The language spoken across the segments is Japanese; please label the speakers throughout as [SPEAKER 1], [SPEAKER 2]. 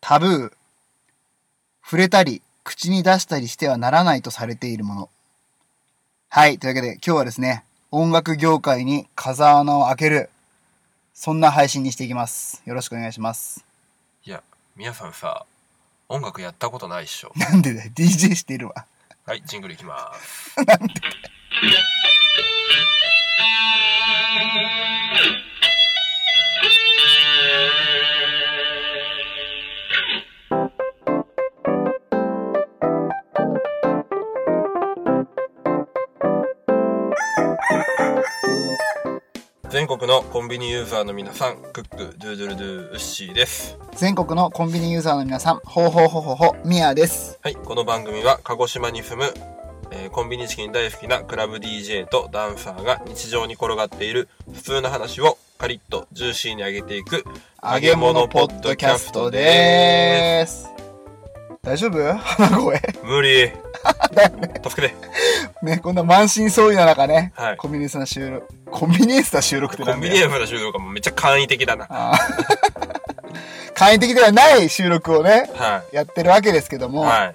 [SPEAKER 1] タブー、触れたり、口に出したりしてはならないとされているもの。はい。というわけで、今日はですね、音楽業界に風穴を開ける、そんな配信にしていきます。よろしくお願いします。
[SPEAKER 2] いや、皆さんさ、音楽やったことないっしょ。
[SPEAKER 1] なんでだよ、DJ してるわ。
[SPEAKER 2] はい、ジングルいきます。全国のコンビニユーザーの皆さん、クック、ドゥードゥルドゥ、ウッシーです。
[SPEAKER 1] 全国のコンビニユーザーの皆さん、ほうほうほうほうほう、ミアです。
[SPEAKER 2] はい、この番組は鹿児島に住む、えーコンビニチキン大好きなクラブ DJ とダンサーが日常に転がっている普通の話をカリッとジューシーに上げていく
[SPEAKER 1] 揚げ物ポッドキャストでーす。大丈夫鼻声。
[SPEAKER 2] 無理助けて
[SPEAKER 1] ね、こんな満身創痍な中ね、
[SPEAKER 2] はい
[SPEAKER 1] コンビニエンスな収録、コンビニエンスな収録って
[SPEAKER 2] コ
[SPEAKER 1] なん
[SPEAKER 2] ン
[SPEAKER 1] だ
[SPEAKER 2] ビ
[SPEAKER 1] よ
[SPEAKER 2] ニエンスの収録はもうめっちゃ簡易的だな
[SPEAKER 1] あー簡易的ではない収録をね、
[SPEAKER 2] は
[SPEAKER 1] やってるわけですけど
[SPEAKER 2] い
[SPEAKER 1] も、っ
[SPEAKER 2] はい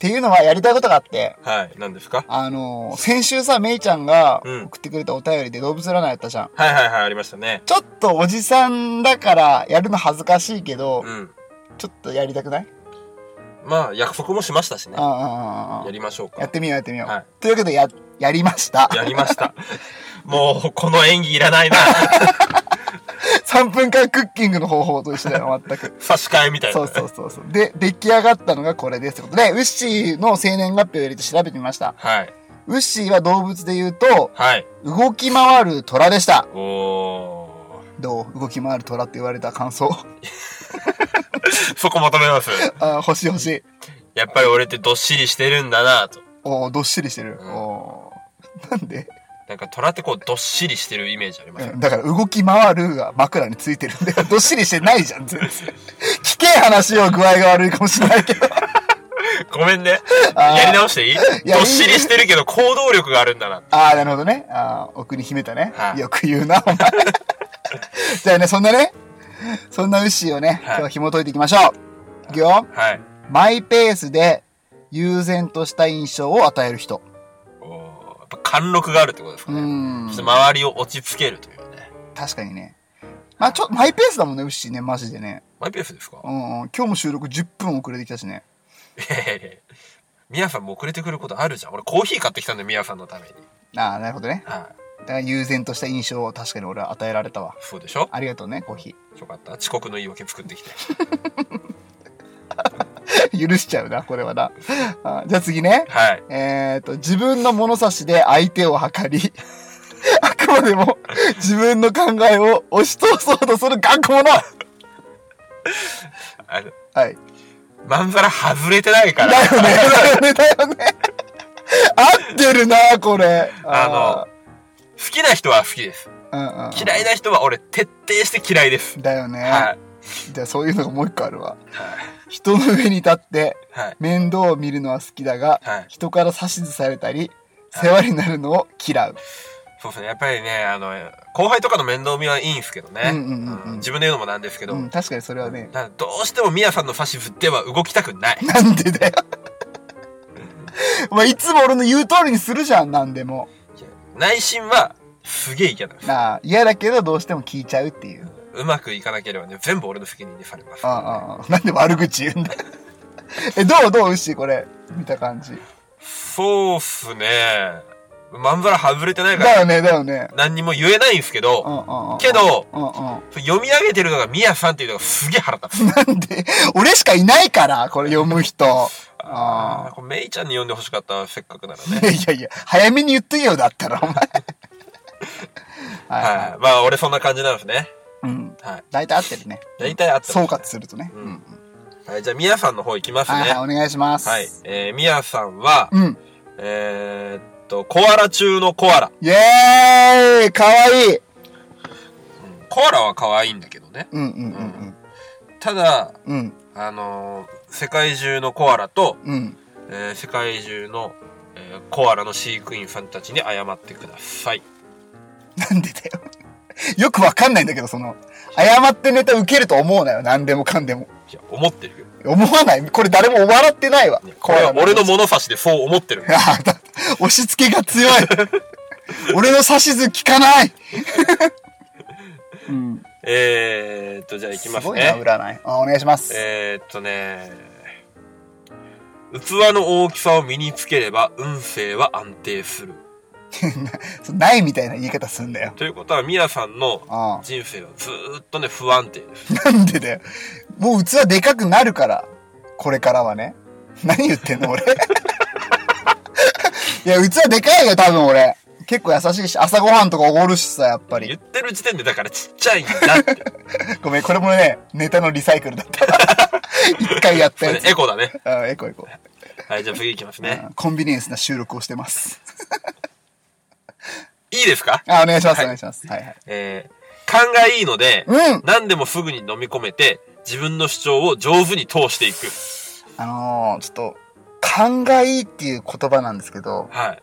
[SPEAKER 1] ていうのはやりたいことがあって、
[SPEAKER 2] はい何ですか
[SPEAKER 1] あのー先週さ、めいちゃんが
[SPEAKER 2] うん
[SPEAKER 1] 送ってくれたお便りで動物占いやったじゃん。
[SPEAKER 2] はいはいはいありましたね
[SPEAKER 1] ちょっとおじさんだからやるの恥ずかしいけど、
[SPEAKER 2] うん
[SPEAKER 1] ちょっとやりたくない、
[SPEAKER 2] まあ約束もしましたしね
[SPEAKER 1] あああああ
[SPEAKER 2] やりましょう
[SPEAKER 1] や
[SPEAKER 2] か
[SPEAKER 1] ってみようやってみよう。
[SPEAKER 2] はい
[SPEAKER 1] というわけでや、やりました。
[SPEAKER 2] やりましたもうこの演技いらないな
[SPEAKER 1] 3分間クッキングの方法と一緒だよ、全 く。
[SPEAKER 2] 差し替えみたいな
[SPEAKER 1] そうそうそうそう。で、出来上がったのがこれですってことで、ウッシーの生年月日を入れて調べてみました。
[SPEAKER 2] はい
[SPEAKER 1] ウッシーは動物で言うと、
[SPEAKER 2] はい
[SPEAKER 1] 動き回る虎でした。
[SPEAKER 2] おお
[SPEAKER 1] どう動き回る虎って言われた感想。
[SPEAKER 2] ーそこ求めます
[SPEAKER 1] あー、欲しい欲しい。
[SPEAKER 2] やっぱり俺ってどっしりしてるんだなと
[SPEAKER 1] おーどっしりしてる。
[SPEAKER 2] うん
[SPEAKER 1] おーなんで、
[SPEAKER 2] なんか虎ってこうどっしりしてるイメージありますよ
[SPEAKER 1] うんだから、動き回るが枕についてるんで、 どっしりしてないじゃん、全然。 聞け話を具合が悪いかもしれないけど。
[SPEAKER 2] ごめんね
[SPEAKER 1] あー
[SPEAKER 2] やり直していい
[SPEAKER 1] や
[SPEAKER 2] どっしりしてるけど行動力があるんだな
[SPEAKER 1] ああ、なるほどね。ああ、奥に秘めたね。
[SPEAKER 2] はい
[SPEAKER 1] よく言うな、お 前。じゃあね、そんなね、そんなウッシーをね、今日は紐解いていきましょう。いくよ。
[SPEAKER 2] はい
[SPEAKER 1] マイペースで、悠然とした印象を与える人。
[SPEAKER 2] おーやっぱ貫禄があるってことです
[SPEAKER 1] う
[SPEAKER 2] かね、
[SPEAKER 1] ーん
[SPEAKER 2] そし。て周りを落ち着けるというね
[SPEAKER 1] 確かにね。まあちょ、マイペースだもんね、ウッシーね、マジでね。
[SPEAKER 2] マイペースですか
[SPEAKER 1] うんうん、今日も収録10分遅れてきたしね。
[SPEAKER 2] いやいやいやミヤさんも遅れてくることあるじゃん俺コーヒー買ってきたんだよミヤさんのために
[SPEAKER 1] ああ、なるほどね。
[SPEAKER 2] はい
[SPEAKER 1] だから悠然とした印象を確かに俺は与えられたわ。
[SPEAKER 2] そうでしょ
[SPEAKER 1] ありがとうね、コーヒ
[SPEAKER 2] よかった遅刻の言い訳作ってきて
[SPEAKER 1] ー。 許しちゃうな、これはな。あじゃあ次ね。
[SPEAKER 2] はい
[SPEAKER 1] えー、と、自分の物差しで相手を測り、 あくまでも自分の考えを押し通そうとする頑固者
[SPEAKER 2] あの
[SPEAKER 1] はい。
[SPEAKER 2] まんざら外れてな いから
[SPEAKER 1] だよね、だよね、だよね。合ってるな、これ。
[SPEAKER 2] あ好きな人は好きです
[SPEAKER 1] の、うんうん。
[SPEAKER 2] 嫌いな人は俺徹底して嫌いです
[SPEAKER 1] だよね。
[SPEAKER 2] はい
[SPEAKER 1] じゃあそういうのがもう一個あるわ。
[SPEAKER 2] はい
[SPEAKER 1] 人の上に立って
[SPEAKER 2] はい
[SPEAKER 1] 面倒を見るのは好きだが、
[SPEAKER 2] はい
[SPEAKER 1] 人から指図されたり、世話になるのを嫌う。
[SPEAKER 2] そうですねやっぱりねあの後輩とかの面倒見はいいんですけどね、
[SPEAKER 1] うんうんうんうん
[SPEAKER 2] 自分で言うのもなんですけど、
[SPEAKER 1] うん、確かにそれはね。
[SPEAKER 2] だからどうしてもミヤさんの指図では動きたく ない
[SPEAKER 1] なんでだよ。お前いつも俺の言う通りにするじゃん、なんでも。
[SPEAKER 2] いや内心はすげえ嫌なんです
[SPEAKER 1] なあ、嫌だけどどうしても聞いちゃうっていう。
[SPEAKER 2] うまくいかなければね全部俺の責任にされます
[SPEAKER 1] ああああ、なんで悪口言うんだよえ、どうどうウッシーこれ。見た感じ。
[SPEAKER 2] そうっすねまんざら外れてないから
[SPEAKER 1] だよね、だよね。
[SPEAKER 2] 何にも言えないんですけ
[SPEAKER 1] う
[SPEAKER 2] ど、
[SPEAKER 1] んうんうん。
[SPEAKER 2] け、ど
[SPEAKER 1] うんう
[SPEAKER 2] 読み上げてるのがミヤさんっていうのがすげえ腹立つ
[SPEAKER 1] ん。なんで、俺しかいないから、これ読む人。あ
[SPEAKER 2] あーこれメイちゃんに読んでほしかったなせっかくなら
[SPEAKER 1] い
[SPEAKER 2] ね
[SPEAKER 1] やいやいや、早めに言ってよ、だったら、お前。はいはい。
[SPEAKER 2] はいまあ俺そんな感じなんですね
[SPEAKER 1] うん。
[SPEAKER 2] はい
[SPEAKER 1] 大体合ってるね。
[SPEAKER 2] 大体あった
[SPEAKER 1] 総括するとね。
[SPEAKER 2] う
[SPEAKER 1] うんん。
[SPEAKER 2] はいじゃあミヤさんの方いきますね
[SPEAKER 1] はいはい、お願いします。
[SPEAKER 2] はい。えー、ミヤさんは、
[SPEAKER 1] うん。
[SPEAKER 2] えーっと、コアラ中のコアラ。
[SPEAKER 1] イエーイかわいい
[SPEAKER 2] コアラは可愛いんだけどね。
[SPEAKER 1] うんうんうん
[SPEAKER 2] ただ、
[SPEAKER 1] うん。うん
[SPEAKER 2] あのー世界中のコアラと、
[SPEAKER 1] うん。
[SPEAKER 2] えー世界中の、えーコアラの飼育員さんたちに謝ってください。
[SPEAKER 1] なんでだよ。よくわかんないんだけど、その、謝ってネタ受けると思うなよ。何でもかんでも。
[SPEAKER 2] いや、思ってるよ。
[SPEAKER 1] 思わないこれ誰も笑ってないわ
[SPEAKER 2] ね。これは俺の
[SPEAKER 1] も。
[SPEAKER 2] 物差しでそう思ってる。
[SPEAKER 1] あだ 押し付けが強い。俺の指図聞か ない。うん。
[SPEAKER 2] えーっと、じゃあ行きます
[SPEAKER 1] ごいな、
[SPEAKER 2] ね。
[SPEAKER 1] 占い。あ、お願いします。
[SPEAKER 2] えーっとね、器の大きさを身につければ運勢は安定する。
[SPEAKER 1] そう ないみたいな言い方すんだよ。
[SPEAKER 2] ということは、ミヤさんの
[SPEAKER 1] あ
[SPEAKER 2] 人生はずーっとね、不安定です。
[SPEAKER 1] あ。なんでだよ。もう器でかくなるから。これからはね。何言ってんの俺。い や、器でかいよ、多分俺。結構優しいし、朝ごはんとかおごるしさ、やっぱ
[SPEAKER 2] 言
[SPEAKER 1] り。
[SPEAKER 2] ってる時点でだからちっちゃいんだ って。
[SPEAKER 1] ごめん、これもね、ネタのリサイクルだった。 一回やったやつ。
[SPEAKER 2] エコだね。
[SPEAKER 1] あエコエコ、
[SPEAKER 2] はい、じゃあ次行きますね。
[SPEAKER 1] うんコンビニエンスな収録をしてます。
[SPEAKER 2] いいですか
[SPEAKER 1] あ、お願いします、
[SPEAKER 2] はい
[SPEAKER 1] お願いします。はいはい。
[SPEAKER 2] えー、勘がいいので、
[SPEAKER 1] うん
[SPEAKER 2] 何でもすぐに飲み込めて、自分の主張を上手に通していく。
[SPEAKER 1] あのー、ちょっと、勘がいいっていう言葉なんですけど、
[SPEAKER 2] はい。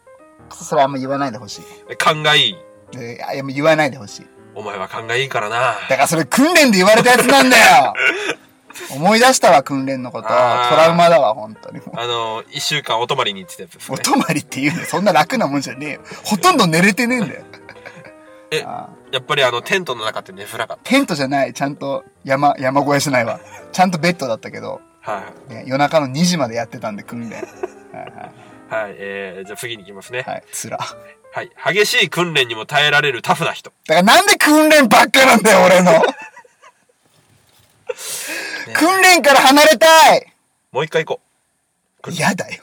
[SPEAKER 1] それあんま言わないでほしい。
[SPEAKER 2] 勘がいい。
[SPEAKER 1] えあいや言わないでほしい。
[SPEAKER 2] お前は勘がいいからな。
[SPEAKER 1] だからそれ訓練で言われたやつなんだよ思い出したわ、訓練のこと。ト
[SPEAKER 2] あー
[SPEAKER 1] ラウマだわ、本当に。もう
[SPEAKER 2] あの、一週間お泊まりに行ってたやつです
[SPEAKER 1] お
[SPEAKER 2] ね。
[SPEAKER 1] 泊まりって言うの、そんな楽なもんじゃねえよ。ほとんど寝れてねえんだよ。
[SPEAKER 2] え
[SPEAKER 1] あー
[SPEAKER 2] やっぱりあの、テントの中って寝づらかっ
[SPEAKER 1] テントじゃない、ちゃんと山、山小屋じゃないわ。ちゃんとベッドだったけど、
[SPEAKER 2] た。はい。
[SPEAKER 1] ね、夜中の2時までやってたんで、訓練。はいはい
[SPEAKER 2] はい、えー、じゃあ次に行きますね。
[SPEAKER 1] はい、つら。だか
[SPEAKER 2] はい。激しい訓練にも耐えられるタフな人。
[SPEAKER 1] らなんで訓練ばっかなんだよ、俺の。訓練から離れたい
[SPEAKER 2] もう一回行こ訓練
[SPEAKER 1] 嫌だよ。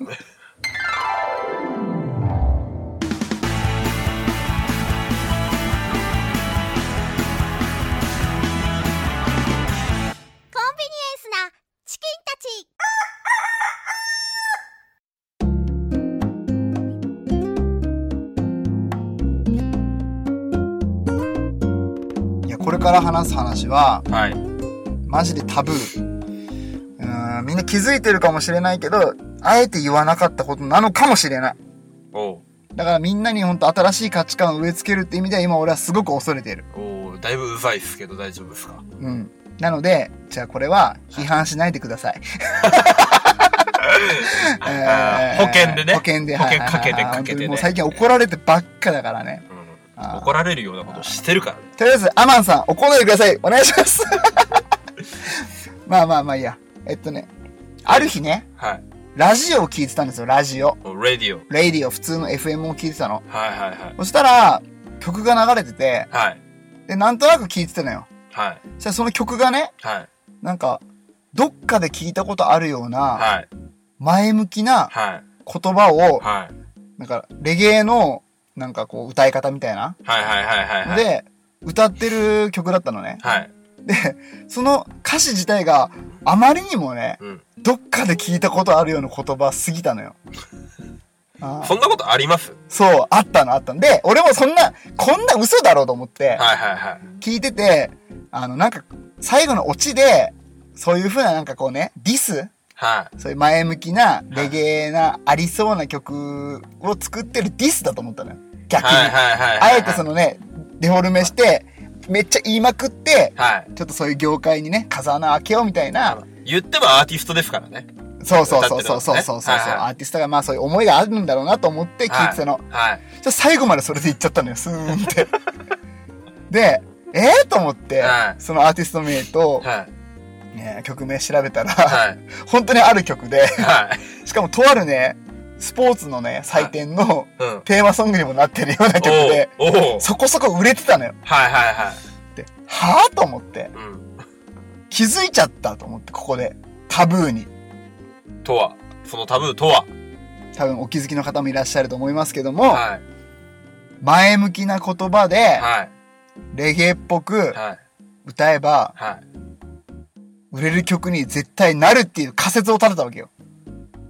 [SPEAKER 3] コンビニエンスなチキンたち
[SPEAKER 1] いや、これから話す話は、
[SPEAKER 2] う。はい。
[SPEAKER 1] マジでタブー。うーん、みんな気づいてるかもしれないけど、あえて言わなかったことなのかもしれない。
[SPEAKER 2] おう
[SPEAKER 1] だからみんなに本当新しい価値観を植え付けるって意味では今俺はすごく恐れてる。
[SPEAKER 2] おうだいぶうざいっすけど大丈夫ですか
[SPEAKER 1] うん。なので、じゃあこれは批判しないでください。
[SPEAKER 2] あー保険でね
[SPEAKER 1] 保険で。
[SPEAKER 2] 保険
[SPEAKER 1] はい
[SPEAKER 2] かけて
[SPEAKER 1] はいはい
[SPEAKER 2] かけ
[SPEAKER 1] 本当
[SPEAKER 2] てね
[SPEAKER 1] にもう最近怒られてばっかだからね。
[SPEAKER 2] うん。怒られるようなことをしてるからね。
[SPEAKER 1] とりあえず、アマンさん、怒らないでください。お願いします。 まあまあまあいいや。えっとね、ある日ね、
[SPEAKER 2] はい。
[SPEAKER 1] ラジオを聞いてたんですよ、ラジオ。
[SPEAKER 2] もうレディオ。
[SPEAKER 1] レイディオ、普通の FM を聞いてたの。
[SPEAKER 2] はいはいはい。
[SPEAKER 1] そしたら、曲が流れてて、
[SPEAKER 2] はい。
[SPEAKER 1] で、なんとなく聞いてたのよ。
[SPEAKER 2] はい。
[SPEAKER 1] そしたらその曲がね、
[SPEAKER 2] はい。
[SPEAKER 1] なんか、どっかで聞いたことあるような、
[SPEAKER 2] はい。
[SPEAKER 1] 前向きな
[SPEAKER 2] はい。
[SPEAKER 1] 言葉を、
[SPEAKER 2] はい。
[SPEAKER 1] なんか、レゲエの、なんかこう、歌い方みたいな。
[SPEAKER 2] はいはいはいはいはい。
[SPEAKER 1] で、歌ってる曲だったのね。
[SPEAKER 2] はい。
[SPEAKER 1] で、その歌詞自体があまりにもね、
[SPEAKER 2] うん。
[SPEAKER 1] どっかで聞いたことあるような言葉すぎたのよ。あー
[SPEAKER 2] そんなことあります
[SPEAKER 1] そう、あったのあったの。で、俺もそんな、こんな嘘だろうと思って、
[SPEAKER 2] はいはいはい。
[SPEAKER 1] 聞いてて、あの、なんか、最後のオチで、そういう風ななんかこうね、ディス
[SPEAKER 2] は
[SPEAKER 1] そういう前向きな、レゲエな、ありそうな曲を作ってるディスだと思ったのよ。
[SPEAKER 2] い。
[SPEAKER 1] 逆に。
[SPEAKER 2] はいはいはい。
[SPEAKER 1] あえてそ。のね、デフォルメして、めっちゃ言いまくって、
[SPEAKER 2] はい。
[SPEAKER 1] ちょっとそういう業界にね、風穴開けようみたいな、
[SPEAKER 2] 言ってもアーティストですからね。
[SPEAKER 1] そうそうそうそうそうそうそう、
[SPEAKER 2] 歌ってるのねはいはい
[SPEAKER 1] アーティストがまあそういう思いがあるんだろうなと思って聞いてたの。
[SPEAKER 2] はい。
[SPEAKER 1] じゃあ最後までそれで言っちゃったのよ、スーン って。で、えー、と思って、
[SPEAKER 2] はい
[SPEAKER 1] そのアーティスト名と、
[SPEAKER 2] はい。
[SPEAKER 1] ね、曲名調べたら、
[SPEAKER 2] はい。
[SPEAKER 1] 本当にある曲で、
[SPEAKER 2] はい。
[SPEAKER 1] しかもとあるね、スポーツのね、祭典の
[SPEAKER 2] うん。
[SPEAKER 1] テーマソングにもなってるような曲で、
[SPEAKER 2] おうおう
[SPEAKER 1] そこそこ売れてたのよ。
[SPEAKER 2] はいはいはい。
[SPEAKER 1] で、はぁと思って、
[SPEAKER 2] うん。
[SPEAKER 1] 気づいちゃったと思って、ここで、タブーに。
[SPEAKER 2] とは。そのタブーとは。
[SPEAKER 1] 多分お気づきの方もいらっしゃると思いますけども、
[SPEAKER 2] は
[SPEAKER 1] 前向きな言葉
[SPEAKER 2] い。
[SPEAKER 1] で、
[SPEAKER 2] はい。
[SPEAKER 1] レゲエっぽく
[SPEAKER 2] はい。
[SPEAKER 1] 歌えば、
[SPEAKER 2] はい。
[SPEAKER 1] 売れる曲に絶対なるっていう仮説を立てたわけよ。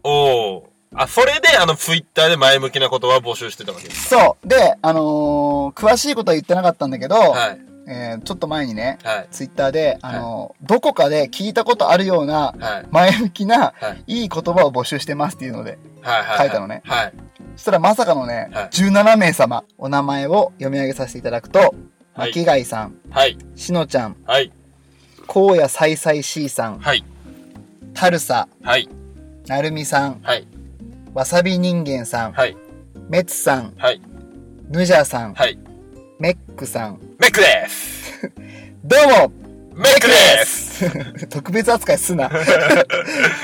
[SPEAKER 2] おうあ、それであのツイッターで前向きな言葉を募集してたわけです。
[SPEAKER 1] そう。で、あのー詳しいことは言ってなかったんだけど、
[SPEAKER 2] はい。
[SPEAKER 1] えーちょっと前にね、
[SPEAKER 2] はい。
[SPEAKER 1] ツイッターで、あのーどこかで聞いたことあるような、
[SPEAKER 2] はい。
[SPEAKER 1] 前向きな、
[SPEAKER 2] はい。
[SPEAKER 1] いい言葉を募集してますっていうので、
[SPEAKER 2] はい。はい。
[SPEAKER 1] 書いたのね
[SPEAKER 2] はい。
[SPEAKER 1] そしたらまさかのね、
[SPEAKER 2] はい
[SPEAKER 1] 17名様、お名前を読み上げさせていただくと、
[SPEAKER 2] はい
[SPEAKER 1] 巻貝さん、
[SPEAKER 2] はい。
[SPEAKER 1] しのちゃん、
[SPEAKER 2] はい。
[SPEAKER 1] こうやさいさい C さん、
[SPEAKER 2] はい。
[SPEAKER 4] サルサ、
[SPEAKER 2] はい。
[SPEAKER 4] なるみさん、
[SPEAKER 2] はい。
[SPEAKER 4] わさび人間さん、
[SPEAKER 2] はい。
[SPEAKER 4] メツさん、
[SPEAKER 2] はい。
[SPEAKER 4] ヌジャさん、
[SPEAKER 2] はい。
[SPEAKER 4] メックさん、
[SPEAKER 2] メックです
[SPEAKER 4] どうも
[SPEAKER 2] メックで す
[SPEAKER 4] 特別扱いす な。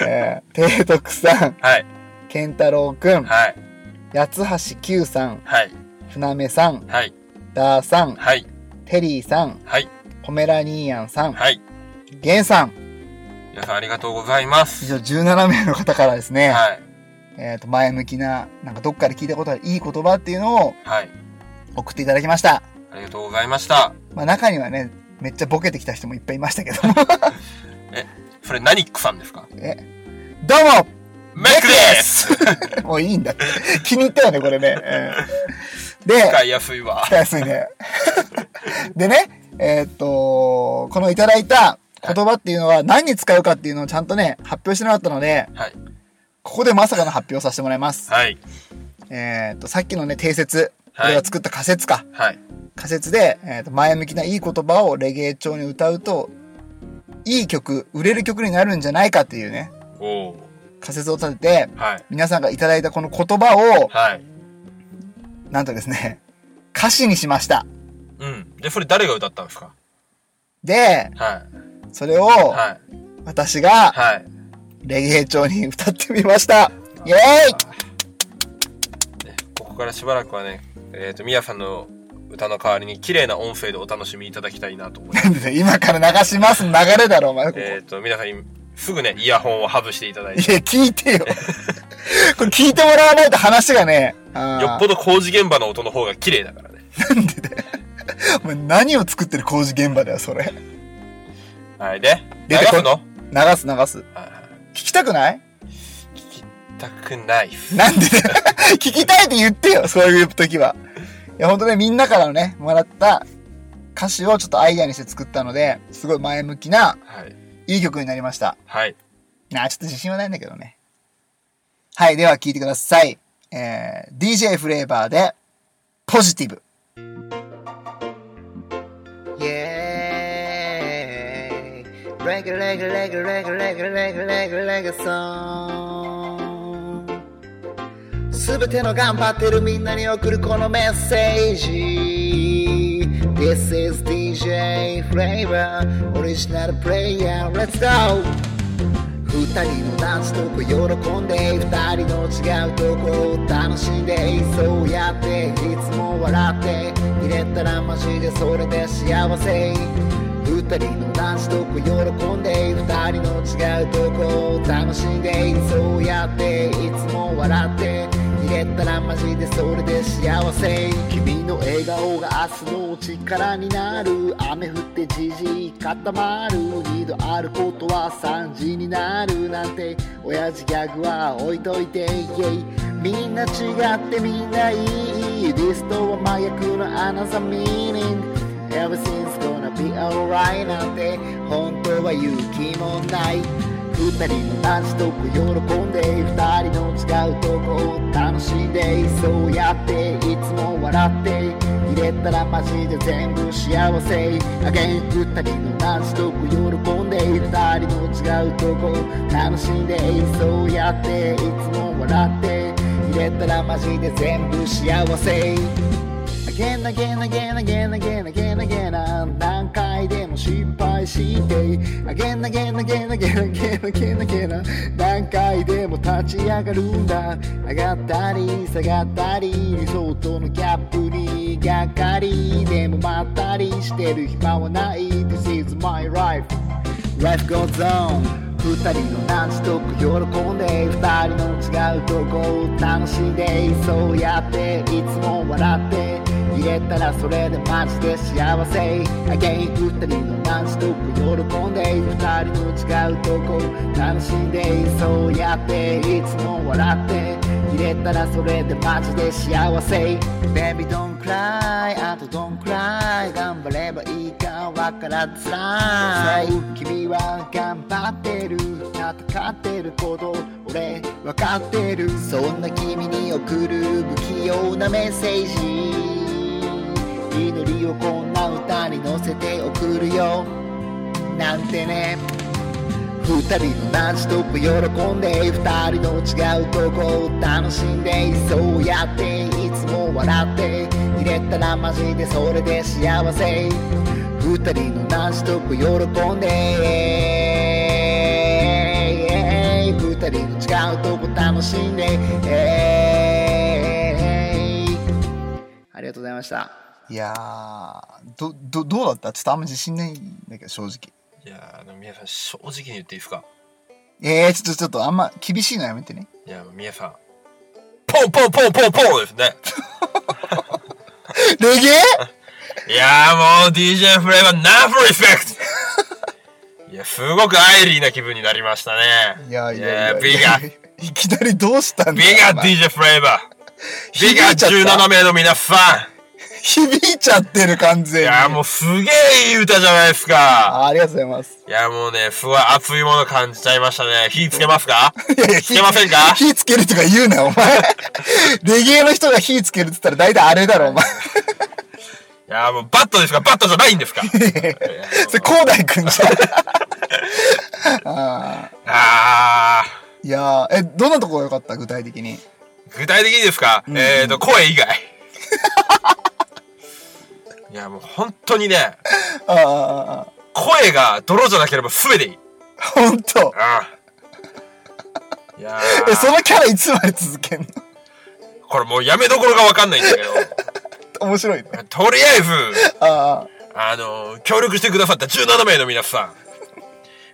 [SPEAKER 4] えー、提督さん、
[SPEAKER 2] はい。
[SPEAKER 4] 健太郎くん、
[SPEAKER 2] はい。
[SPEAKER 4] 八橋九さん、
[SPEAKER 2] はい。
[SPEAKER 4] 船目さん、
[SPEAKER 2] はい。
[SPEAKER 4] ダーさん、
[SPEAKER 2] はい。
[SPEAKER 4] テリーさん、
[SPEAKER 2] はい。
[SPEAKER 4] ポメラニーヤンさん、
[SPEAKER 2] はい。
[SPEAKER 4] ゲンさん。
[SPEAKER 2] 皆さんありがとうございま
[SPEAKER 4] 以
[SPEAKER 2] す。
[SPEAKER 4] 上17名の方からですね、
[SPEAKER 2] はい。
[SPEAKER 4] えっ、と、前向きな、なんかどっかで聞いたことあるいい言葉っていうのを
[SPEAKER 2] はい。
[SPEAKER 4] 送っていただきました。
[SPEAKER 2] ありがとうございました。
[SPEAKER 4] まあ中にはね、めっちゃボケてきた人もいっぱいいましたけども。
[SPEAKER 2] それ、ナニックさんですか
[SPEAKER 4] え、どうも
[SPEAKER 2] メックで す
[SPEAKER 4] もういいんだって。気に入ったよね、これね。うんで、
[SPEAKER 2] 使いやすいわ。
[SPEAKER 4] 使いやすいね。 でね、えーっと、このいただいた言葉っていうのは何に使うかっていうのをちゃんとね、発表してなかったので、
[SPEAKER 2] はい。
[SPEAKER 4] ここでまさかの発表をさせてもらいます。
[SPEAKER 2] はい。
[SPEAKER 4] えーっと、さっきのね、定説。
[SPEAKER 2] はい
[SPEAKER 4] これが作った仮説か。
[SPEAKER 2] はい。
[SPEAKER 4] 仮説で、えーっと、前向きないい言葉をレゲエ調に歌うと、いい曲、売れる曲になるんじゃないかっていうね、
[SPEAKER 2] おー。
[SPEAKER 4] 仮説を立てて、
[SPEAKER 2] はい。
[SPEAKER 4] 皆さんがいただいたこの言葉を、
[SPEAKER 2] はい。
[SPEAKER 4] なんとですね、歌詞にしました。
[SPEAKER 2] うん。で、それ誰が歌ったんですか
[SPEAKER 4] で、
[SPEAKER 2] は
[SPEAKER 4] それを、
[SPEAKER 2] い。はい。
[SPEAKER 4] 私が、
[SPEAKER 2] はい。
[SPEAKER 4] レゲエ調に歌ってみました。イェー
[SPEAKER 2] ねここからしばらくはね、えっ、と、みやさんの歌の代わりに綺麗な音声でお楽しみいただきたいなと 思います。
[SPEAKER 4] イで今から流します流れだろ、お前。ここ
[SPEAKER 2] えっと、皆さん、すぐね、イヤホンを外していただい
[SPEAKER 4] い
[SPEAKER 2] て、
[SPEAKER 4] や、聞いてよ。 これ聞いてもらわないと話がね、あー
[SPEAKER 2] よっぽど工事現場の音の方が綺麗だからね。
[SPEAKER 4] お前何を作ってる工事現場だよ、それ。
[SPEAKER 2] はい、で、流
[SPEAKER 4] 出てこ
[SPEAKER 2] すのはい
[SPEAKER 4] 流す流す。
[SPEAKER 2] はい
[SPEAKER 4] 聞きたくない
[SPEAKER 2] 聞きたくないっす。
[SPEAKER 4] なんで だよ聞きたいって言ってよ、そういう時は。いや、ほんとね、みんなからのね、もらった歌詞をちょっとアイデアにして作ったので、すごい前向きな、
[SPEAKER 2] はい。
[SPEAKER 4] いい曲になりました。
[SPEAKER 2] はい。
[SPEAKER 4] なあ、ちょっと自信はないんだけどね。はい、では聞いてください。えー、DJ フレーバーで、ポジティブ。
[SPEAKER 1] Yeah. Reg a leg a leg a leg a leg a leg a leg a leg a song. すべての頑張ってるみんなに送るこのメッセージ This is DJ Flavor Original Player Let's go 二人のダンスとこ喜んで二人の違うとこを楽しんでそうやっていつも笑って入れたらマジでそれで幸せ二人のダンスとこ喜んで二人の違うとこを楽しんでそうやっていつも笑って入れたらマジでそれで幸せ君の笑顔が明日の力になる雨降ってじじい固まる二度あることは3時になるなんて親父ギャグは置いといてイェイみんな違ってみんないいリストは真逆の another meaning Everything's gonna be alright なんて本当は勇気もない二人のダンスとこ喜んで二人の違うとこを楽しんでそうやっていつも笑って入れたらマジで全部幸せ Again 二人のダンスとこ喜んで二人の違うとこ楽しんでそうやっていつも笑って入れたらマジで全部幸せ Again, again, again, again, again, again, again 何回でも失敗して Again, again, again, again, again, again, again 何回でも立ち上がるんだ上がったり下がったり理想とのギャップにがっかりでもまったりしてる暇はない This is my life Life goes on 二人のダンスとこ喜んで二人の違うとこを楽しんでそうやっていつも笑って入れたらそれでマジで幸せ Again 二人のダンスとこ喜んで二人の違うとこ楽しんでそうやっていつも笑って入れたらそれでマジで幸せ Baby don't cry あと don't cry 頑張ればいいかわからずらい君は頑張ってる戦ってること俺わかってるそんな君に送る不器用なメッセージ祈りをこんな歌に乗せて送るよなんてね
[SPEAKER 5] 二人のランチトップ喜んで二人の違うとこを楽しんでそうやっていつも笑って入れたらマジでそれで幸せ二人のランチトップ喜んで二人の違うとこ楽しんでありがとうございました
[SPEAKER 1] いやー、ど、ど、どうだったちょっとあんま自信ないんだけど、正直。
[SPEAKER 2] いやー、でも皆さん、正直に言っていいですか
[SPEAKER 1] えー、ちょっと、ちょっと、あんま厳しいのやめてね。
[SPEAKER 2] いや、皆さん、ポンポンポンポンポンで すね。
[SPEAKER 1] レゲエ
[SPEAKER 2] いやー、もう DJ フレーバー、ナンフリスペクトいや、すごくアイリーな気分になりましたね。
[SPEAKER 1] いやいやいや。
[SPEAKER 2] ビガ、
[SPEAKER 1] いきなりどうしたんだ
[SPEAKER 2] ビガ
[SPEAKER 1] お前
[SPEAKER 2] DJ フレーバー。ビ
[SPEAKER 1] 響いちゃ
[SPEAKER 2] ガ
[SPEAKER 1] った
[SPEAKER 2] 17名の皆さ
[SPEAKER 1] 響いちゃってる完全に。
[SPEAKER 2] ん。いやー、もうすげえいい歌じゃないですか。
[SPEAKER 1] あありがとうございます。
[SPEAKER 2] いや、もうね、すごい熱いもの感じちゃいましたね。火つけますか
[SPEAKER 1] いやいや
[SPEAKER 2] つけませんか
[SPEAKER 1] 火つけるとか言うなよ、お前。レゲエの人が火つけるって言ったら大体あれだろ、お前。
[SPEAKER 2] いやー、もうバットですかバットじゃないんで すか
[SPEAKER 1] それ、広大くんじゃん。あー
[SPEAKER 2] あー。
[SPEAKER 1] いやー、え、どんなとこが良かった具体的に。
[SPEAKER 2] 具体的にですか、えーと、声以外。 いや、もう本当にね、
[SPEAKER 1] あーあー、あ
[SPEAKER 2] 声が泥じゃなければ全ていい。
[SPEAKER 1] ーほんと。
[SPEAKER 2] ああいやー
[SPEAKER 1] え、そのキャラいつまで続けんの
[SPEAKER 2] これもうやめどころがわかんないんだけど、
[SPEAKER 1] 面白いね。
[SPEAKER 2] とりあえず、
[SPEAKER 1] あ
[SPEAKER 2] あのー協力してくださった17名の皆さん、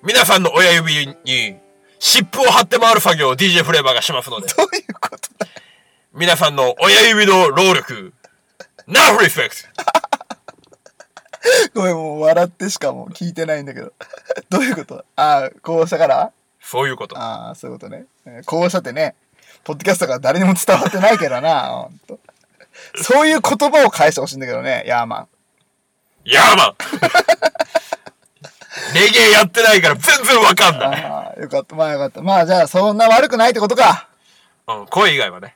[SPEAKER 2] 皆さんの親指に、湿布を貼って回る作業を DJ フレーバーがしますので、
[SPEAKER 1] あ、どういうことだ
[SPEAKER 2] 皆さんの親指の労力、ナーフリスペクト
[SPEAKER 1] ごめん、もう笑ってしかもう聞いてないんだけど。 どういうことああ、こうしたから
[SPEAKER 2] そういうこと。
[SPEAKER 1] ああ、そういうことね。えーこうしたってね、ポッドキャストから誰にも伝わってないけどな、ほんと。そういう言葉を返してほしいんだけどね、ヤーマン。
[SPEAKER 2] ヤーマンレゲエやってないから全然わかんない。
[SPEAKER 1] ああ、よかった、まあよかった。まあじゃあ、そんな悪くないってことか。
[SPEAKER 2] うん、声以外はね。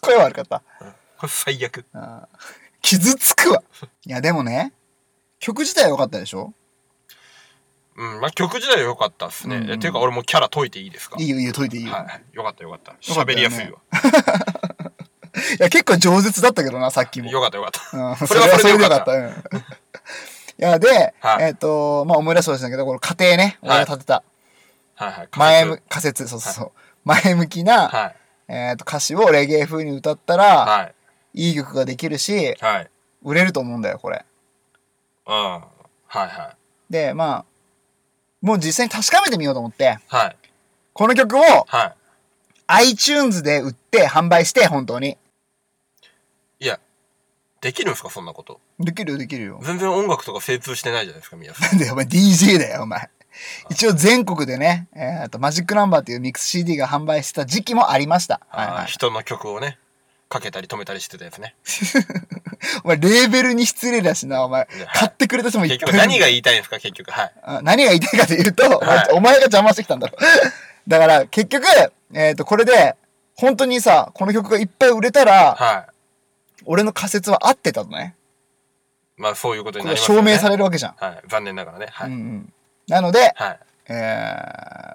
[SPEAKER 1] 声悪かった。
[SPEAKER 2] これ最悪。
[SPEAKER 1] 傷つくわ。いや、でもね、曲自体は良かったでしょ
[SPEAKER 2] うん、まあ、曲自体は良かったっすね。
[SPEAKER 1] うん
[SPEAKER 2] えていうか、俺もうキャラ解いていいですか
[SPEAKER 1] いいよ、いいよ、解いていいよ。
[SPEAKER 2] はい。よかったよかった。
[SPEAKER 1] よかったよね
[SPEAKER 2] 喋りやすいわ。
[SPEAKER 1] いや、結構饒舌だったけどな、さっきも。
[SPEAKER 2] よかったよかった。
[SPEAKER 1] うん
[SPEAKER 2] それはそれでよかった。
[SPEAKER 1] それはそれでよかった。う んいや、で、
[SPEAKER 2] はい
[SPEAKER 1] えっ、と、まあ思い出したんだけど、この家庭ね、俺が立てた、
[SPEAKER 2] はいはい。
[SPEAKER 1] 前
[SPEAKER 2] 仮
[SPEAKER 1] 向
[SPEAKER 2] 説、
[SPEAKER 1] 仮説、そうそうそう、前向きな、
[SPEAKER 2] はい。
[SPEAKER 1] えっ、と、歌詞をレゲエ風に歌ったら、
[SPEAKER 2] はい。
[SPEAKER 1] い、い曲ができるし、
[SPEAKER 2] はい。
[SPEAKER 1] 売れると思うんだよ、これ。
[SPEAKER 2] うん。はいはい。
[SPEAKER 1] で、まあ、もう実際に確かめてみようと思って、
[SPEAKER 2] はい。
[SPEAKER 1] この曲を
[SPEAKER 2] は
[SPEAKER 1] iTunes で売って販売して、本当に。
[SPEAKER 2] い。いや、できるんですかそんなこと。
[SPEAKER 1] できるよ、できるよ。
[SPEAKER 2] 全然音楽とか精通してないじゃないですか、皆さん。
[SPEAKER 1] なんだよ、お前 DJ だよ、お前。一応全国でね、えっと、マジックナンバーっていうミックス CD が販売してた時期もありました。はい
[SPEAKER 2] あ
[SPEAKER 1] は
[SPEAKER 2] ー
[SPEAKER 1] い。
[SPEAKER 2] 人の曲をね、かけたり止めたりしてたやつね。
[SPEAKER 1] お前、レーベルに失礼だしな、お前
[SPEAKER 2] いや。
[SPEAKER 1] 買ってくれた人もいっぱ
[SPEAKER 2] 結
[SPEAKER 1] い
[SPEAKER 2] 局何が
[SPEAKER 1] いる
[SPEAKER 2] 言いたいんですか結局。はい。
[SPEAKER 1] あ何が言いたいかというと、お前
[SPEAKER 2] はい
[SPEAKER 1] お前が邪魔してきたんだろ。だから、結局、えっ、と、これで、本当にさ、この曲がいっぱい売れたら、
[SPEAKER 2] はい。
[SPEAKER 1] 俺の仮説は合ってたのね。
[SPEAKER 2] まあそういうことに
[SPEAKER 1] こ
[SPEAKER 2] な
[SPEAKER 1] れ
[SPEAKER 2] り
[SPEAKER 1] が
[SPEAKER 2] ますよ
[SPEAKER 1] 証
[SPEAKER 2] ね。
[SPEAKER 1] 明されるわけじゃん。
[SPEAKER 2] はい。残念ながらね。は
[SPEAKER 1] う
[SPEAKER 2] い。
[SPEAKER 1] んうん。なので、
[SPEAKER 2] はい。
[SPEAKER 1] え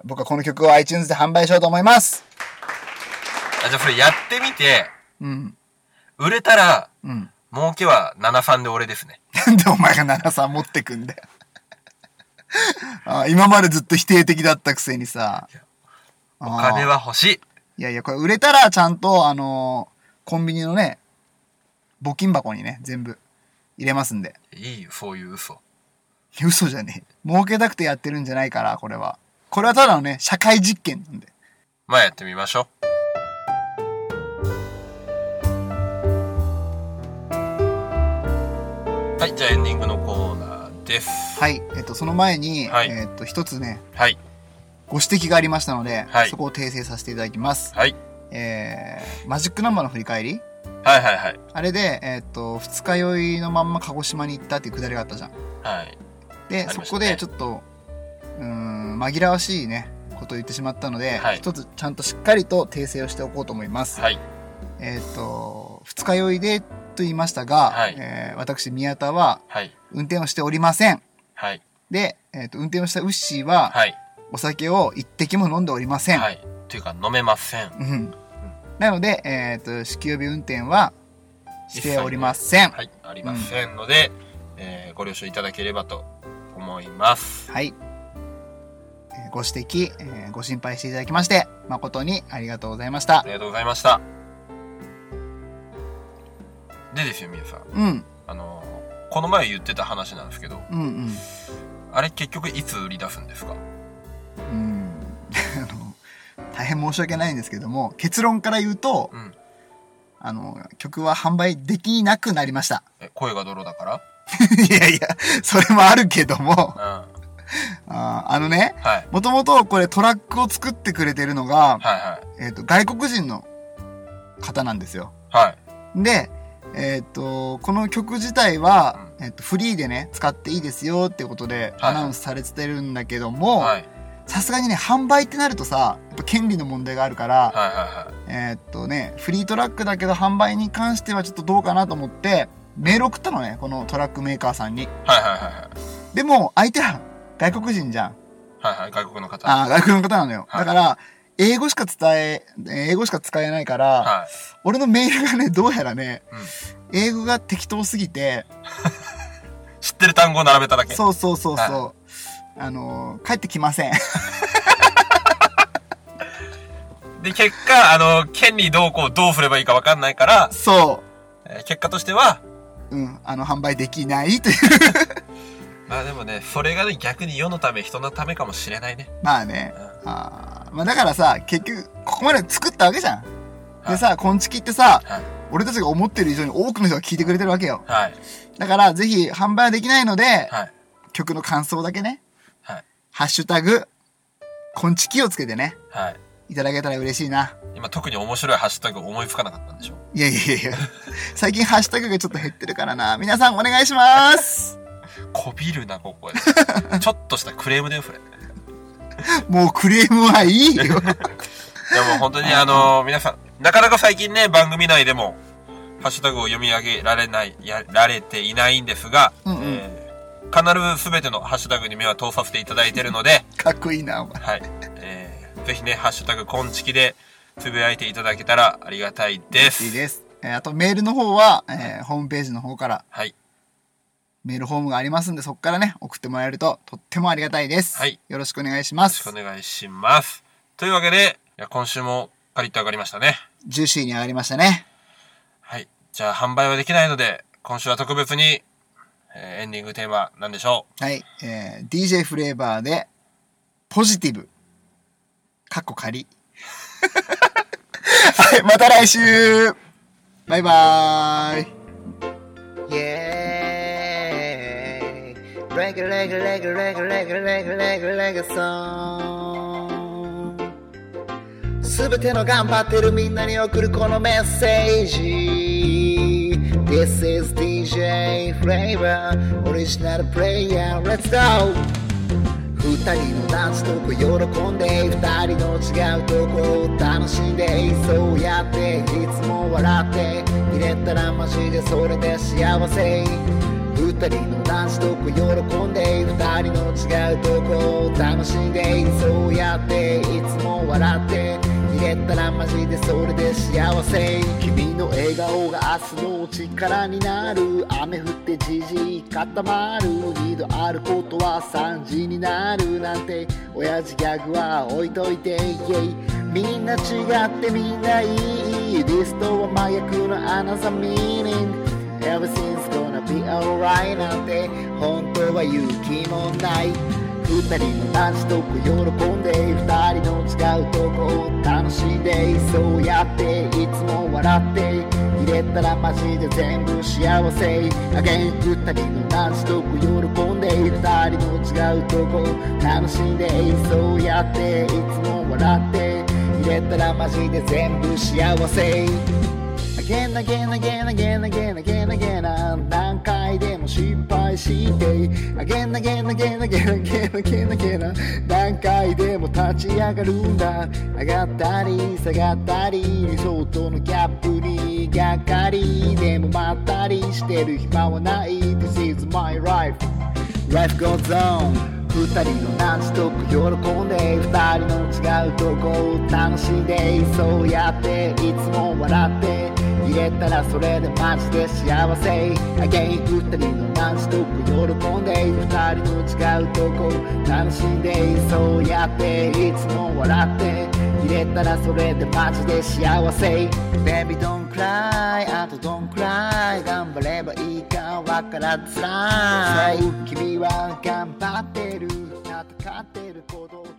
[SPEAKER 1] ー、僕はこの曲を iTunes で販売しようと思います。
[SPEAKER 2] あじゃあそれやってみて、
[SPEAKER 1] うん。
[SPEAKER 2] 売れたら、
[SPEAKER 1] うん。
[SPEAKER 2] 儲けは73で俺ですね。
[SPEAKER 1] なんでお前が7さん持ってくんだよ。あ今までずっと否定的だったくせにさ。
[SPEAKER 2] お金は欲しい。
[SPEAKER 1] いやいや、これ売れたらちゃんと、あのーコンビニのね、募金箱にね、全部入れますんで。
[SPEAKER 2] いいよ、そういう嘘。
[SPEAKER 1] 嘘じゃねえ。儲けたくてやってるんじゃないから、これは。これはただのね、社会実験なんで。
[SPEAKER 2] まあやってみましょう。はい、じゃあエンディングのコーナーです。
[SPEAKER 1] はい。えっと、その前に、
[SPEAKER 2] はい
[SPEAKER 1] えっと、一つね、
[SPEAKER 2] はい、
[SPEAKER 1] ご指摘がありましたので、
[SPEAKER 2] はい
[SPEAKER 1] そこを訂正させていただきます。
[SPEAKER 2] はい、
[SPEAKER 1] えー、マジックナンバーの振り返り
[SPEAKER 2] はい、はい、はい。
[SPEAKER 1] あれで、えーっと、二日酔いのまんま鹿児島に行ったっていうくだりがあったじゃん。
[SPEAKER 2] はい、
[SPEAKER 1] で、
[SPEAKER 2] あり
[SPEAKER 1] そ
[SPEAKER 2] まし
[SPEAKER 1] こ
[SPEAKER 2] たね
[SPEAKER 1] でちょっと、うーん、紛らわしいね、ことを言ってしまったので、
[SPEAKER 2] はい
[SPEAKER 1] 一つちゃんとしっかりと訂正をしておこうと思います。
[SPEAKER 2] はい、
[SPEAKER 1] えーっと、二日酔いでと言いましたが、
[SPEAKER 2] はい
[SPEAKER 1] えー私、宮田は
[SPEAKER 2] はい、
[SPEAKER 1] 運転をしておりません。
[SPEAKER 2] はい、
[SPEAKER 1] で、えっ、と、運転をしたウッシーは、
[SPEAKER 2] はい。
[SPEAKER 1] お酒を一滴も飲んでおりません。
[SPEAKER 2] はい。というか、飲めません。
[SPEAKER 1] うん。なので、えっ、と、酒気帯び運転はしておりません。
[SPEAKER 2] はい。ありませんので、えーご了承いただければと思います。
[SPEAKER 1] はい。えーご指摘、えーご心配していただきまして、誠にありがとうございまし
[SPEAKER 2] あ
[SPEAKER 1] た
[SPEAKER 2] り。がとうございました。でですよ、皆さん。
[SPEAKER 1] うん、
[SPEAKER 2] あのー、この前言ってた話なんですけど、
[SPEAKER 1] うん、うん。
[SPEAKER 2] あれ結局いつ売り出すんですか
[SPEAKER 1] うん、あの、大変申し訳ないんですけども、結論から言うと、
[SPEAKER 2] うん。
[SPEAKER 1] あの、曲は販売できなくなりました。
[SPEAKER 2] え、声が泥だか
[SPEAKER 1] いやいや、それもあるけども、
[SPEAKER 2] らうん。
[SPEAKER 1] あーあのね、
[SPEAKER 2] はい。
[SPEAKER 1] もともとこれトラックを作ってくれてるのが、
[SPEAKER 2] はいはい。
[SPEAKER 1] えっ、と、外国人の方なんですよ。
[SPEAKER 2] はい。
[SPEAKER 1] で、えっ、と、この曲自体は、えっ、と、フリーでね、使っていいですよっていうことで
[SPEAKER 2] はい
[SPEAKER 1] アナウンスされてるんだけども、
[SPEAKER 2] はい。
[SPEAKER 1] さすがにね、販売ってなるとさ、やっぱ権利の問題があるから、
[SPEAKER 2] はいはいはい。
[SPEAKER 1] えーっとね、フリートラックだけど販売に関してはちょっとどうかなと思って、メール送ったのね、このトラックメーカーさんに。
[SPEAKER 2] はいはいはいはい。
[SPEAKER 1] でも、相手は外国人じゃん。
[SPEAKER 2] はいはい、外国の方。
[SPEAKER 1] あー外国の方なのよ。
[SPEAKER 2] はい
[SPEAKER 1] だから、英語しか伝え、英語しか使えないから、
[SPEAKER 2] はい。
[SPEAKER 1] 俺のメールがね、どうやらね
[SPEAKER 2] うん、
[SPEAKER 1] 英語が適当すぎて、
[SPEAKER 2] 知ってる単語を並べただけ。
[SPEAKER 1] そうそうそうそう、あのー、帰ってきません。
[SPEAKER 2] で、結果、あの、権利どうこうどうすればいいかわかんないから、
[SPEAKER 1] そ
[SPEAKER 2] えー結果としては、
[SPEAKER 1] う。うん、あの、販売できないという。
[SPEAKER 2] まあでもね、それがね、逆に世のため、人のためかもしれないね。
[SPEAKER 1] まあね
[SPEAKER 2] う。ん。
[SPEAKER 1] あーまあだからさ、結局、ここまで作ったわけじゃん。でさ、こんちきってさ、
[SPEAKER 2] はい。
[SPEAKER 1] 俺たちが思ってる以上に多くの人が聞いてくれてるわけよ。
[SPEAKER 2] はい。
[SPEAKER 1] だから、ぜひ、販売はできないので、
[SPEAKER 2] はい。
[SPEAKER 1] 曲の感想だけね、
[SPEAKER 2] はい。
[SPEAKER 1] ハッシュタグ、こんちきをつけてね、
[SPEAKER 2] はい。
[SPEAKER 1] いただけたら嬉しいな。
[SPEAKER 2] 今特に面白いハッシュタグ思いつかなかったんでしょ
[SPEAKER 1] いやいや いや最近ハッシュタグがちょっと減ってるからな。皆さんお願いし ます。
[SPEAKER 2] こびるな、ここで。 ちょっとしたクレームだよ、それ。い
[SPEAKER 1] もうクレームはいい よ。
[SPEAKER 2] やもう本当にあの皆さん、なかなか最近ね、番組内でも、ハッシュタグを読み上げられない、やられていないんですが、
[SPEAKER 1] うんうん
[SPEAKER 2] えー必ず全てのハッシュタグに目は通させていただいてるので、
[SPEAKER 1] かっこいいな、お前。
[SPEAKER 2] はい。えー、ぜひね、ハッシュタグ、こんちきで、つぶやいていただけたらありがたいです。
[SPEAKER 1] いいです。えーあとメールの方は、えーホームページの方から
[SPEAKER 2] はい。
[SPEAKER 1] メールフォームがありますんで、そこからね、送ってもらえるととってもありがたいです。
[SPEAKER 2] はい
[SPEAKER 1] よろしくお願いしま
[SPEAKER 2] よろし
[SPEAKER 1] す
[SPEAKER 2] くお。願いします。というわけで、いや今週もカリッと上がりましたね。
[SPEAKER 1] ジューシーに上がりましたね。
[SPEAKER 2] はい。じゃあ、販売はできないので、今週は特別に、えーエンディングテーマ、なんでしょ
[SPEAKER 1] はい、えー、DJ フレーバーで、ポジティブ。かっこ仮。 はい、また来週バイバーイ
[SPEAKER 5] Yeah. Reggae, reggae, reggae, reggae, reggae, reggae, reggae, reggae song. すべての頑張ってるみんなに送るこのメッセージ This is DJ Flavor Original Player Let's go 二人のダンストーク喜んで二人の違うとこを楽しんでそうやっていつも笑って入れたらマジでそれで幸せ二人のダンストーク喜んで二人の違うとこを楽しんでそうやっていつも笑って入れたらマジでそれで幸せ君の笑顔が明日の力になる雨降ってじじい固まる二度あることは3時になるなんて親父ギャグは置いといてイェイみんな違ってみんないいリストは麻薬の another meaning Everything's gonna be alright なんて本当は勇気もない二人のダンスと喜んで二人の違うとこを楽しんでそうやっていつも笑って入れたらマジで全部幸せ Again 二人のダンスと喜んで二人の違うとこを楽しんでそうやっていつも笑って入れたらマジで全部幸せ Again, again, again, again, again, again, again 何回でも失敗して Again, again, again, again, again, again, again 何回でも立ち上がるんだ上がったり下がったり理想とのギャップにがっかりでもまったりしてる暇はない This is my life ラ
[SPEAKER 1] Life goes on 二人のランチと喜んで二人の違うとこを楽しんでそうやっていつも笑って入れたらそれでマジで幸せ Again 二人のランチと喜んで二人の違うとこを楽しんでそうやっていつも笑って入れたらそれでマジで幸せ Baby don't cry あと don't cry 頑張ればいいかわからずらい君は頑張ってる戦ってること